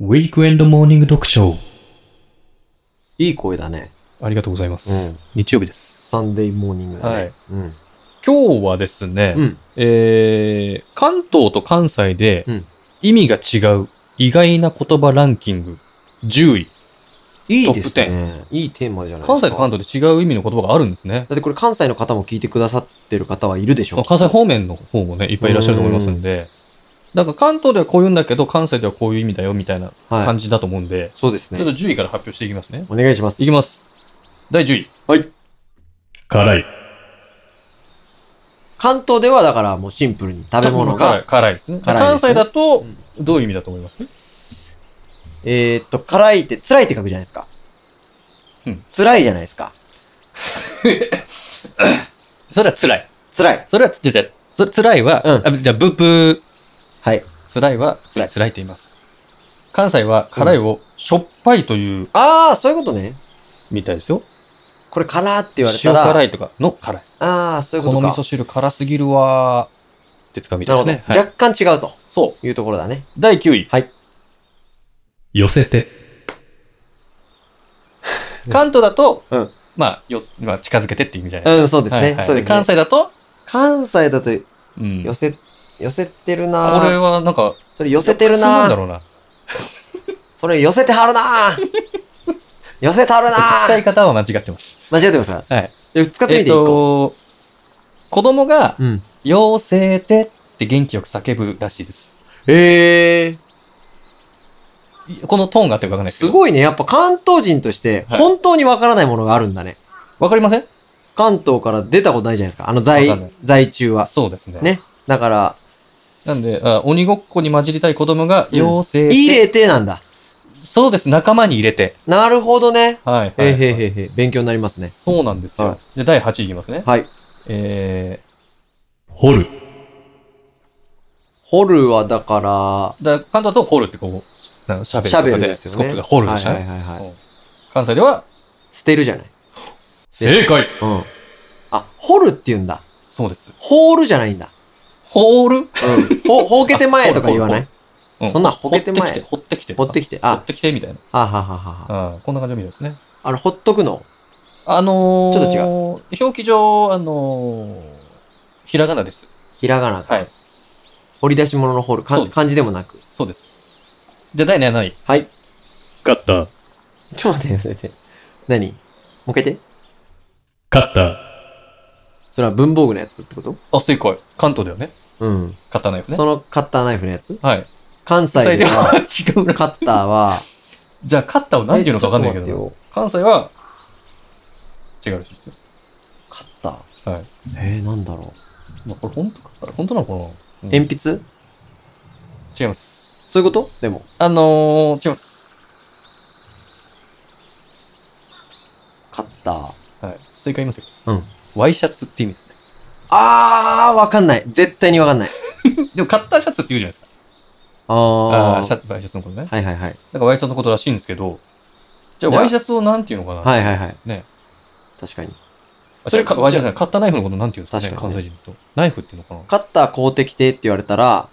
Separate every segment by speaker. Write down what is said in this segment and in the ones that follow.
Speaker 1: ウィークエンドモーニング読書。
Speaker 2: いい声だね。
Speaker 1: ありがとうございま
Speaker 2: う
Speaker 1: す。
Speaker 2: ん。
Speaker 1: 日曜日です。
Speaker 2: サンデーモーニングだね。
Speaker 1: はい
Speaker 2: うん。
Speaker 1: 今日はですね、
Speaker 2: うん。
Speaker 1: えー、関東と関西で
Speaker 2: うん
Speaker 1: 意味が違う意外な言葉ランキング10位。
Speaker 2: いいですね。いいテーマじゃないですか。
Speaker 1: 関西と関東で違う意味の言葉があるんですね。
Speaker 2: だってこれ関西の方も聞いてくださってる方はいるでしょ
Speaker 1: まあ関西方面の方もね、いっぱいいらっしゃると思いますんで、なんか関東ではこう言うんだけど、関西ではこういう意味だよみたいな
Speaker 2: は
Speaker 1: 感
Speaker 2: い。
Speaker 1: じだと思うんで、
Speaker 2: そうです
Speaker 1: ちょっと
Speaker 2: ね。
Speaker 1: 10位から発表していきますね。
Speaker 2: お願いします。
Speaker 1: いきます。第10位。
Speaker 2: はい。
Speaker 1: 辛い。
Speaker 2: 関東ではだからもうシンプルに食べ物
Speaker 1: 辛い
Speaker 2: が、
Speaker 1: 辛いですね。
Speaker 2: 辛いで
Speaker 1: 関
Speaker 2: す
Speaker 1: 西
Speaker 2: ね
Speaker 1: だと
Speaker 2: うん、
Speaker 1: どういう意味だと思います
Speaker 2: えーっと、辛いって、辛いって書くじゃないですか。
Speaker 1: うん
Speaker 2: 辛いじゃないですか。
Speaker 1: それは辛い。
Speaker 2: 辛い。
Speaker 1: それは、じゃじゃそれ辛いは、
Speaker 2: うん
Speaker 1: あじゃあブーブー、
Speaker 2: はい。
Speaker 1: 辛いは、
Speaker 2: 辛い
Speaker 1: 辛いって言います。関西は辛いをしょっぱいという
Speaker 2: あー、そういうことね。
Speaker 1: みたいですよ。
Speaker 2: これ辛って言われた
Speaker 1: 塩
Speaker 2: ら。
Speaker 1: 辛いとかの辛い。
Speaker 2: あー、そういうこ
Speaker 1: ことの
Speaker 2: か。
Speaker 1: 味噌汁辛すぎるわーって使うみた
Speaker 2: ないる
Speaker 1: で
Speaker 2: ほ
Speaker 1: す
Speaker 2: ど、
Speaker 1: ね。はい、
Speaker 2: 若干違うと
Speaker 1: そう。
Speaker 2: いうところだね。
Speaker 1: 第9位。
Speaker 2: はい。
Speaker 1: 寄せて。 関東だと、
Speaker 2: うん
Speaker 1: まあ、よ、まあ、近づけてって意味じゃないですか。
Speaker 2: うん、そうです
Speaker 1: はい
Speaker 2: ね
Speaker 1: は。い
Speaker 2: そうで
Speaker 1: です関
Speaker 2: ね。
Speaker 1: 西だと、
Speaker 2: 関西だと
Speaker 1: うん
Speaker 2: 寄せ、寄せてるな
Speaker 1: これはなんか、
Speaker 2: それ寄せてる
Speaker 1: 普通なん
Speaker 2: な
Speaker 1: だろうな。
Speaker 2: それ寄せてはる なぁ寄せてはるなぁ
Speaker 1: 使い方は間違ってます。
Speaker 2: 間違ってますか
Speaker 1: はい。
Speaker 2: え使って
Speaker 1: え
Speaker 2: み
Speaker 1: って
Speaker 2: いいか
Speaker 1: と、子供が、
Speaker 2: うん。
Speaker 1: 妖精てって元気よく叫ぶらしいです。
Speaker 2: ええ
Speaker 1: このトーンが合ってるかわかんないです
Speaker 2: す
Speaker 1: けど。
Speaker 2: ごいね。やっぱ関東人として
Speaker 1: はい
Speaker 2: 本当にわからないものがあるんだね。
Speaker 1: わかりません
Speaker 2: 関東から出たことないじゃないですか。あの
Speaker 1: わかんな
Speaker 2: 在
Speaker 1: い、
Speaker 2: 在中は。
Speaker 1: そうですね。
Speaker 2: ねだから、
Speaker 1: なんで、あ鬼ごっこに混じりたい子供が、
Speaker 2: うん
Speaker 1: 妖精
Speaker 2: 入れてなんだ。
Speaker 1: そうです、仲間に入れて。
Speaker 2: なるほどね。
Speaker 1: はい、はい。
Speaker 2: へーへーへーへー勉強になりますね。
Speaker 1: そうなんですよ。
Speaker 2: はい
Speaker 1: じゃあ第8位いきますね。
Speaker 2: はい。
Speaker 1: えー、掘る。
Speaker 2: 掘るはだか
Speaker 1: だ関東だと掘るってこう、なんかシャベルとかで
Speaker 2: ら、シャベルですよ
Speaker 1: ス
Speaker 2: ね。
Speaker 1: コップが掘るでしょ、
Speaker 2: はいはいはいはい。
Speaker 1: 関西では、
Speaker 2: 捨てるじゃない。
Speaker 1: 正解
Speaker 2: うん。あ、掘るって言うんだ。
Speaker 1: そうです。
Speaker 2: ホールじゃないんだ。
Speaker 1: 掘る
Speaker 2: うん。ほ、ほうけて前とか言わない
Speaker 1: うん
Speaker 2: そんなほけて
Speaker 1: 掘ってきて、
Speaker 2: 前。
Speaker 1: 掘ってきて。
Speaker 2: 掘って
Speaker 1: きて。
Speaker 2: きて。
Speaker 1: 掘
Speaker 2: あ
Speaker 1: っ、てきて、みたいな。
Speaker 2: あははは
Speaker 1: あ
Speaker 2: は。
Speaker 1: こんな感じの意味ですね。
Speaker 2: あれ、ほっとくの
Speaker 1: あのー、
Speaker 2: ちょっと違
Speaker 1: う。表記上、あのー、ひらがなです。
Speaker 2: ひらがな。
Speaker 1: はい。
Speaker 2: 掘り出し物の掘る。
Speaker 1: そう
Speaker 2: か
Speaker 1: です
Speaker 2: 漢字でもなく。
Speaker 1: そうです。じゃあ第7位。
Speaker 2: はい。
Speaker 1: 勝った。
Speaker 2: ちょっと待って、待って。何もう一回言って。
Speaker 1: 勝った。
Speaker 2: それは文房具のやつってこと
Speaker 1: あ、正解。関東ではね。
Speaker 2: うん。
Speaker 1: 勝たないですね
Speaker 2: そ。のカッターナイフのやつ
Speaker 1: はい。関
Speaker 2: 関西
Speaker 1: 西
Speaker 2: で
Speaker 1: では
Speaker 2: は、
Speaker 1: 違うな。
Speaker 2: カッターは、
Speaker 1: じゃあ、勝ったを 何て言うのか分かんないけ
Speaker 2: えちょっと
Speaker 1: ど
Speaker 2: 待っ、
Speaker 1: 関西は、違うらしいですよ。
Speaker 2: カッター
Speaker 1: はい。
Speaker 2: えー、なんだろ
Speaker 1: まあこれ本当か本当なのかな、
Speaker 2: う。
Speaker 1: うん
Speaker 2: 鉛筆
Speaker 1: 違います。
Speaker 2: そういうことでも。
Speaker 1: あのー、違います。
Speaker 2: カッター。
Speaker 1: はい。正解言いますよ。
Speaker 2: うん。
Speaker 1: ワイシャツって意味ですね。
Speaker 2: あー、わかんない。絶対にわかんない。
Speaker 1: でも、カッターシャツって言うじゃないですか。ああ
Speaker 2: あ
Speaker 1: ー、
Speaker 2: ー。
Speaker 1: シャツ、ワイシャツのことね。
Speaker 2: はいはいはい。
Speaker 1: なんかワイシャツのことらしいんですけど、じゃあ、
Speaker 2: じゃあ
Speaker 1: ワイシャツをなんて言うのかな
Speaker 2: はいはいはい。
Speaker 1: ね。
Speaker 2: 確かに。
Speaker 1: あそれか、
Speaker 2: じゃあ
Speaker 1: ワイシャツじゃないカッターナイフのことなんて言うんですかね、
Speaker 2: 確か
Speaker 1: 関
Speaker 2: に
Speaker 1: 西人だと。ナイフっていうのか
Speaker 2: カッター買うてきてって言われたら、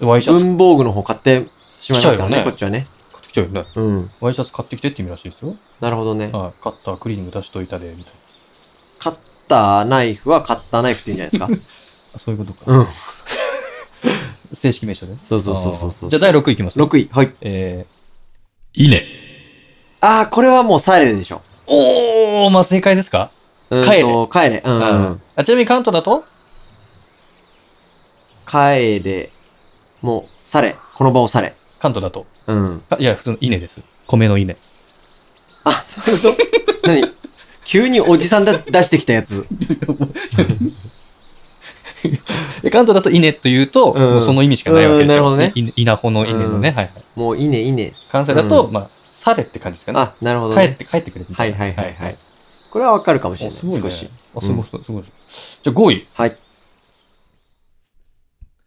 Speaker 1: なワイシャツ
Speaker 2: 文房具の方買ってしまいますからね、
Speaker 1: しちゃうよね
Speaker 2: こっちはね。
Speaker 1: 買ってきちゃうよね。
Speaker 2: うん。
Speaker 1: ワイシャツ買ってきてって意味らしいですよ。
Speaker 2: なるほどね。
Speaker 1: あカッタークリーニング出しといたで、みたいな。
Speaker 2: カッターナイフはカッターナイフって言うんじゃ ないですか。
Speaker 1: あそういうことか。
Speaker 2: うん。
Speaker 1: 正式名称で。
Speaker 2: そうそうそうそうそ
Speaker 1: あー
Speaker 2: う。
Speaker 1: じゃあ、第6位いきます。
Speaker 2: 6位。はい。
Speaker 1: えー、稲。
Speaker 2: ああ、これはもうサイレでしょ。
Speaker 1: おー、まあ、正解ですか、
Speaker 2: うん
Speaker 1: 帰れ
Speaker 2: と。帰れ。う。
Speaker 1: うんあ、ちなみに関東だと
Speaker 2: 帰れ。もう、され。この場をされ。
Speaker 1: 関東だと。
Speaker 2: うん。
Speaker 1: かいや、普通の稲です。米の稲。
Speaker 2: あ、そういうこと 何急におじさんだ出してきたやつ。
Speaker 1: で関東だと稲というと、
Speaker 2: うん
Speaker 1: もうその意味しかないわけですよ。
Speaker 2: うんなるほ
Speaker 1: どね。稲穂の稲のね、
Speaker 2: うん
Speaker 1: はいはい。
Speaker 2: もう、いいね、いいね。
Speaker 1: 関西だと、
Speaker 2: う
Speaker 1: まあ、されって感じですかね。
Speaker 2: あ、なるほど
Speaker 1: 帰っ
Speaker 2: ね。
Speaker 1: て、帰ってくれみたいな。
Speaker 2: はいはいはいはいこれはわかるかもしれ
Speaker 1: お
Speaker 2: ない。
Speaker 1: すごい、ね。
Speaker 2: 少し。。
Speaker 1: あ、すごい、すごい、すごい。じゃあ5位。
Speaker 2: はい。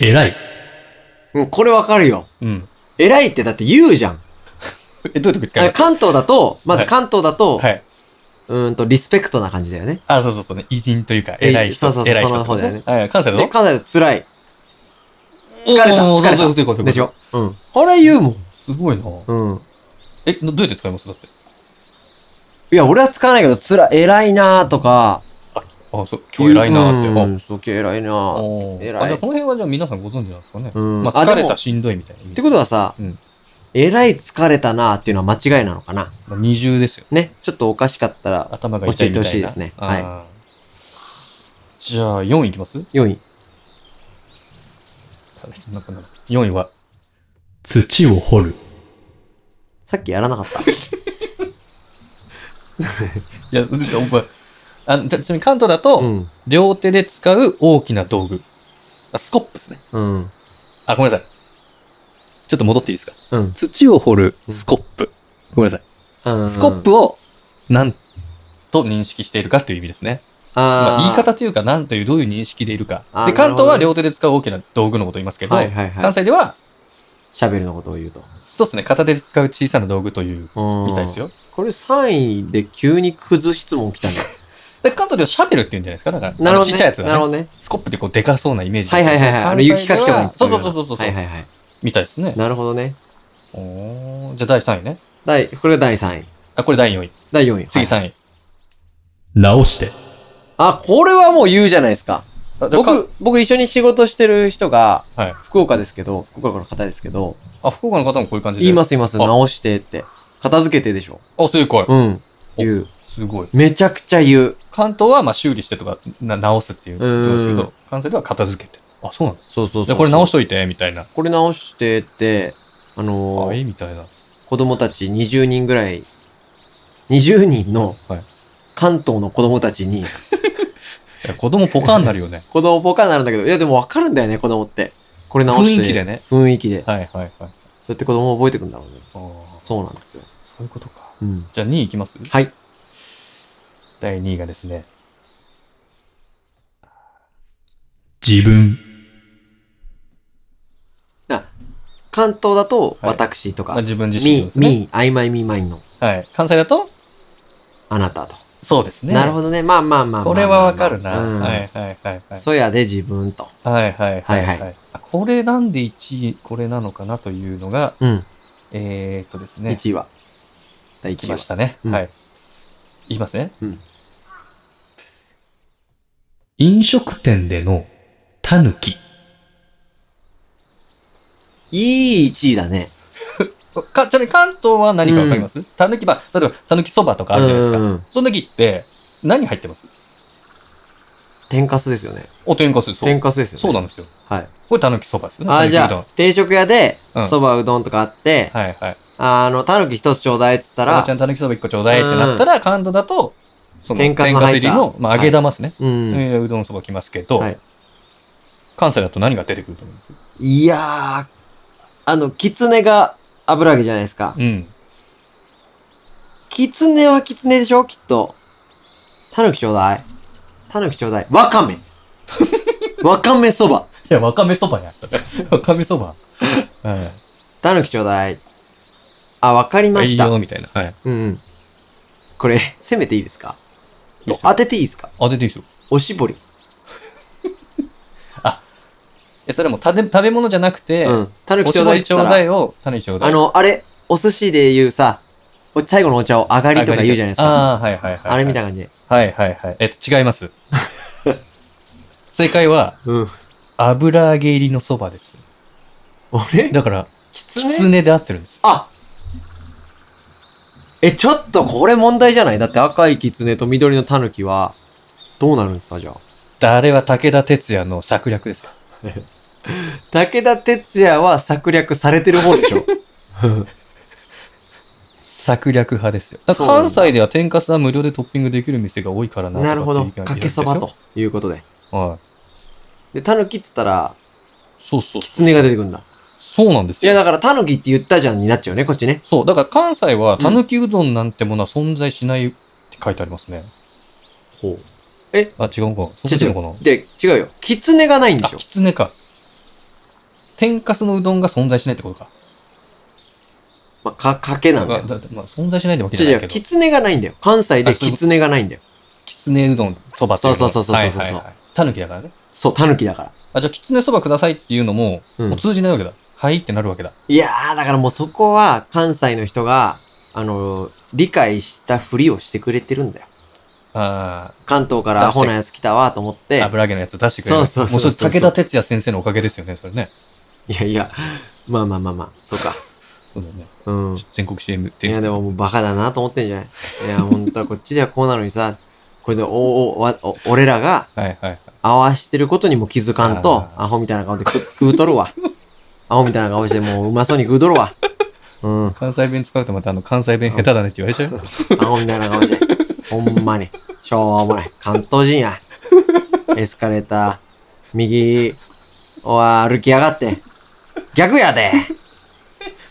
Speaker 1: 偉い。
Speaker 2: うん、これわかるよ。
Speaker 1: うん。
Speaker 2: 偉いってだって言うじゃん。
Speaker 1: え、どういうとこ使います
Speaker 2: 関東だと、まず関東だと、
Speaker 1: はい。
Speaker 2: うーんと、リスペクトな感じだよね。
Speaker 1: あ、そうそうそうね。偉人というか、偉い人。
Speaker 2: えそうそうそう
Speaker 1: 偉い人
Speaker 2: その方だよね
Speaker 1: ってことはい、関西だ
Speaker 2: で、
Speaker 1: と
Speaker 2: 関西だと辛い。疲れた
Speaker 1: おー
Speaker 2: 疲れた
Speaker 1: そうそうそうそうそう
Speaker 2: でしょうん。これ言うもん。
Speaker 1: すごいな。
Speaker 2: うん。
Speaker 1: え、などうやって使いますだって。
Speaker 2: いや、俺は使わないけど、つら、偉いなーとか。
Speaker 1: あ、そう、今日偉いなーって。
Speaker 2: う
Speaker 1: あ
Speaker 2: ん、そう、今日偉いな
Speaker 1: あ
Speaker 2: ー。
Speaker 1: ー
Speaker 2: 偉い
Speaker 1: あじゃあこの辺はじゃあ皆さんご存知なんですかね。
Speaker 2: うん
Speaker 1: まあ、
Speaker 2: あでも
Speaker 1: 疲れたしんどいみたいな意味。
Speaker 2: ってことはさ、
Speaker 1: うん
Speaker 2: 偉い疲れたなーっていうのは間違いなのかな。
Speaker 1: まあ、二重ですよ。
Speaker 2: ね。ちょっとおかしかったら、
Speaker 1: 頭が痛いみたいな。
Speaker 2: 教えてほしいですねはい
Speaker 1: い。じゃあ、4位いきます
Speaker 2: 4位。
Speaker 1: ?4 位は、
Speaker 3: 土を掘る。
Speaker 2: さっきやらなかった。
Speaker 1: いや、覚え、あじゃちなみに関東だと、
Speaker 2: うん。
Speaker 1: 両手で使う大きな道具。あ、スコップですね。
Speaker 2: うん。
Speaker 1: あ、ごめんなさい。ちょっと戻っていいですか
Speaker 2: うん。
Speaker 1: 土を掘る
Speaker 2: ス
Speaker 1: コップ。ごめんなさい。
Speaker 2: うん
Speaker 1: スコッ、プを、なんと認識しているかという意味ですね。ま
Speaker 2: あ
Speaker 1: あ、
Speaker 2: ー
Speaker 1: 言い。方というか、なんという、どういう認識でいるか
Speaker 2: あ。ー
Speaker 1: で、関東
Speaker 2: な
Speaker 1: は
Speaker 2: るほ
Speaker 1: 両手で使う大きな道具のことを言いますけど、
Speaker 2: はいはいは
Speaker 1: 関
Speaker 2: い。
Speaker 1: 西では、
Speaker 2: 喋るのことを言うと。
Speaker 1: そうですね、片手で使う小さな道具という、
Speaker 2: うん
Speaker 1: みたいです。よ。
Speaker 2: これ3位で急に崩質問来たね。
Speaker 1: で、関東ではシャベルって言うんじゃないですかだから、
Speaker 2: な
Speaker 1: あ
Speaker 2: る
Speaker 1: の
Speaker 2: ほど、ね。
Speaker 1: ちっちゃいやつが、ね。
Speaker 2: なるほどね。
Speaker 1: スコップでこう、でかそうなイメージ。
Speaker 2: はいはいはいはい。あの、
Speaker 1: 関西で
Speaker 2: 雪かきとかに使
Speaker 1: そう
Speaker 2: う
Speaker 1: そ
Speaker 2: よ
Speaker 1: う
Speaker 2: な。
Speaker 1: そうそうそう。
Speaker 2: はいはいはい。
Speaker 1: みたいですね。
Speaker 2: なるほどね。
Speaker 1: おーじゃあ第3位ね。
Speaker 2: 第、これが第3位。
Speaker 1: あ、これ第4位。
Speaker 2: 第4位。
Speaker 1: 次
Speaker 2: はい
Speaker 1: 3位。
Speaker 3: 直して。
Speaker 2: あ、これはもう言うじゃないですか。
Speaker 1: あじゃあか
Speaker 2: 僕、僕一緒に仕事してる人が、
Speaker 1: はい
Speaker 2: 福岡ですけど、福岡の方ですけど、
Speaker 1: あ、福岡の方もこういう感じで。
Speaker 2: 言います言います、
Speaker 1: あ
Speaker 2: 直してって。片付けてでしょ。
Speaker 1: あ、正解。
Speaker 2: うん。
Speaker 1: お
Speaker 2: 言う。
Speaker 1: すごい。
Speaker 2: めちゃくちゃ言う。
Speaker 1: 関東はまあ修理してとか、な直すっていうことですけ
Speaker 2: う
Speaker 1: ど、関西では片付けて。あ、そうなんだ。
Speaker 2: そうそう
Speaker 1: じ
Speaker 2: そ
Speaker 1: ゃあ
Speaker 2: う。
Speaker 1: これ直しといて、みたいな。
Speaker 2: これ直してって、あの
Speaker 1: あ、
Speaker 2: ー
Speaker 1: いいみたいな。
Speaker 2: 子供たち20人ぐらい、20人の
Speaker 1: はい、
Speaker 2: 関東の子供たちに、。
Speaker 1: いや子供ポカンになるよね
Speaker 2: 子供ぽかになるんだけど、いやでもわかるんだよね、子供って。これ直して。
Speaker 1: 雰囲気でね。
Speaker 2: 雰囲気で。
Speaker 1: はいはいはい。
Speaker 2: そうやって子供覚えてくんだろうね。
Speaker 1: あーそ
Speaker 2: そうなんですよ。
Speaker 1: そういうことか。
Speaker 2: うん。
Speaker 1: じゃあ2位いきます
Speaker 2: はい。
Speaker 1: 第2位がですね。
Speaker 3: 自分。
Speaker 2: 関東だと、
Speaker 1: はい
Speaker 2: 私と
Speaker 1: まあ
Speaker 2: か、
Speaker 1: 自分自身の
Speaker 2: み
Speaker 1: で、すね。
Speaker 2: み、曖昧みまいの、
Speaker 1: はい。関西だと
Speaker 2: あなたと。
Speaker 1: そうですね。
Speaker 2: なるほどね。まあまあまあまあまあまあ。
Speaker 1: これはわかるな。
Speaker 2: うん
Speaker 1: はいはいはいはい。
Speaker 2: そやで自分と。
Speaker 1: はいはいはいは。
Speaker 2: はいはい
Speaker 1: あこれなんで1位、これなのかなというのが、
Speaker 2: うん。
Speaker 1: えー、っとですね。
Speaker 2: 1位は。第
Speaker 1: き
Speaker 2: 1位
Speaker 1: ま
Speaker 2: は
Speaker 1: し。たね。
Speaker 2: うん
Speaker 1: はい。いきますね。
Speaker 3: 飲食店での狸。
Speaker 2: いい1位だね。
Speaker 1: か、ちなみに関東は何かわかりますたぬき、まあ、例えば、たぬきそばとかあるじゃないです
Speaker 2: うん
Speaker 1: か。
Speaker 2: うんうん。
Speaker 1: その時って、何入ってます
Speaker 2: 天かすですよね。
Speaker 1: お天かす、そう
Speaker 2: 天。かすですよね。
Speaker 1: そうなんですよ。
Speaker 2: はい。
Speaker 1: これたぬきそばですよね。
Speaker 2: あ、
Speaker 1: 狸
Speaker 2: じ
Speaker 1: うどん
Speaker 2: ゃあ、定食屋で
Speaker 1: うん、
Speaker 2: そばうどんとかあって、
Speaker 1: はいはい。
Speaker 2: あの、たぬき一つちょうだいっつった
Speaker 1: おばちゃ
Speaker 2: ら、
Speaker 1: んたぬきそば1個ちょうだいってなったら、関東だと、その、
Speaker 2: 天
Speaker 1: 天
Speaker 2: か
Speaker 1: か
Speaker 2: す
Speaker 1: す入
Speaker 2: の入った
Speaker 1: りの、まあ、揚げ玉ですね。
Speaker 2: うん。
Speaker 1: えーうどんそば来ますけど、
Speaker 2: はい
Speaker 1: 関西だと何が出てくると思います
Speaker 2: いやー、あの、きつねが油揚げじゃないですか。
Speaker 1: うん。
Speaker 2: きつねはきつねでしょきっと。たぬきちょうだい。たぬきちょうだい。わかめわかめそば。
Speaker 1: いや、わかめそば や。わかめそば。は
Speaker 2: たぬきちょうだい。あ、わかりま
Speaker 1: い。い
Speaker 2: し
Speaker 1: い
Speaker 2: た。
Speaker 1: よ、みたいな。はい。
Speaker 2: うんうん。これ、攻めていいですか
Speaker 1: いいですよ
Speaker 2: 当てていいですか
Speaker 1: あ、出ていいですよ。
Speaker 2: おしぼり。
Speaker 1: え、それも食べ食べ物じゃなくて、
Speaker 2: うん。たぬき
Speaker 1: お
Speaker 2: ちょ
Speaker 1: し
Speaker 2: う
Speaker 1: ぼ
Speaker 2: だいっ
Speaker 1: り
Speaker 2: つ
Speaker 1: ち
Speaker 2: っ
Speaker 1: ょう
Speaker 2: た
Speaker 1: だ
Speaker 2: ら、
Speaker 1: いを、種にちょうだい。
Speaker 2: あ、の、あれ、お寿司で言うさ、お最後のお茶を上がりとか言うじゃないですか。
Speaker 1: ああー、はいはいはい。
Speaker 2: あれみたい
Speaker 1: い
Speaker 2: な感じで。
Speaker 1: な。はいはいはい。えっと、違い ます。正解は、
Speaker 2: うん。
Speaker 1: 油揚げ入りのそばです。
Speaker 2: あれ
Speaker 1: だから、
Speaker 2: きつ
Speaker 1: き
Speaker 2: ね
Speaker 1: つねで合ってるんです。
Speaker 2: あえ、ちょっとこれ問題じゃないだって赤いキツネと緑のタヌキは、どうなるんですかじゃあ。
Speaker 1: あれは武田鉄矢の策略ですよ。
Speaker 2: 武田鉄矢は策略されてる方でし ょ
Speaker 1: 策略派ですよ。
Speaker 2: そうなんだ
Speaker 1: 関西では天かすは無料でトッピングできる店が多いからな。
Speaker 2: なるほど。
Speaker 1: とかって
Speaker 2: か
Speaker 1: いう意見が
Speaker 2: けそばということで。
Speaker 1: はい。
Speaker 2: で、タヌキっつったら、
Speaker 1: そうそう
Speaker 2: キ。ツネが出てくるんだ。
Speaker 1: そうなんです
Speaker 2: いや、
Speaker 1: よ。
Speaker 2: だからタヌキって言ったじゃんになっちゃうね、こっちね。
Speaker 1: そう。だから関西は、たぬきうどんなんてものは存在しないって書いてありますね。
Speaker 2: ほう。
Speaker 1: あ、違うか。そう
Speaker 2: 違
Speaker 1: 違
Speaker 2: う違
Speaker 1: う
Speaker 2: う
Speaker 1: のかな。
Speaker 2: で、違うよ。キツネがないんで
Speaker 1: あ、
Speaker 2: しょ
Speaker 1: きつねか。天かすのうどんが存在しないってことか。
Speaker 2: まあ、か、かけなん
Speaker 1: ま
Speaker 2: だ
Speaker 1: あ
Speaker 2: よ。
Speaker 1: だまあ、存在しないでわけじ
Speaker 2: 違
Speaker 1: ゃ
Speaker 2: う違、
Speaker 1: ないうけ
Speaker 2: キ
Speaker 1: ど。
Speaker 2: ツネがないんだよ。関西で
Speaker 1: あそういうこと
Speaker 2: キツネがないんだよ。
Speaker 1: きつねうどん、そばっていの
Speaker 2: そうそうそうそうそうそう
Speaker 1: はいはいはいたぬきだからね。
Speaker 2: そう、タヌキだから。
Speaker 1: あ、じゃあきつねそばくださいっていうのも、
Speaker 2: うん
Speaker 1: もう通じないわけだ。はいってなるわけだ。
Speaker 2: いやー、だからもうそこは関西の人が、あのー理解したふりをしてくれてるんだよ。
Speaker 1: あ
Speaker 2: 関東か
Speaker 1: 出
Speaker 2: らア
Speaker 1: して
Speaker 2: ホなやつ来たわと思って
Speaker 1: あ、、油揚げのやつ出してくれる。
Speaker 2: そうそうそ
Speaker 1: も
Speaker 2: うそう
Speaker 1: うそれ武田鉄矢先生のおかげですよね、それね。
Speaker 2: いやいや、まあまあまあまあ、そうか。
Speaker 1: そうだよね。
Speaker 2: うん。
Speaker 1: 全国 CM って
Speaker 2: いや、でももうバカだなと思ってんじゃないいや、本当はこっちではこうなのにさ、これで、おお、わお俺らが
Speaker 1: はいはいはい。
Speaker 2: 合わしてることにも気づかんと、
Speaker 1: あー
Speaker 2: アホみたいな顔で食食うとるわ。アホみたいな顔してもううまそうに食うとるわ。うん。ア
Speaker 1: 関西弁使うとまたあの関西弁下手だねって言われちゃうよ。
Speaker 2: ホみたいな 顔して。ほんまに。しょうもない。関東人や。エスカレーター、右を歩きやがって。逆やで。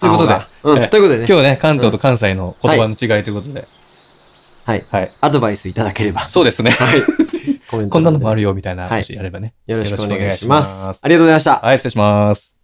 Speaker 1: ということで
Speaker 2: アホがう
Speaker 1: え
Speaker 2: ん、ということでね。
Speaker 1: 今日ね、関東と関西の言葉の違いということで。
Speaker 2: はい。
Speaker 1: はい。
Speaker 2: アドバイスいただければ。
Speaker 1: そうですね。
Speaker 2: コメント
Speaker 1: こんなのもあ
Speaker 2: る。
Speaker 1: るよみたいな、
Speaker 2: はい
Speaker 1: もしやればね。
Speaker 2: よろしくお願いし
Speaker 1: よろしくお願いしま
Speaker 2: ますすありがとうございました。
Speaker 1: はい、失礼します。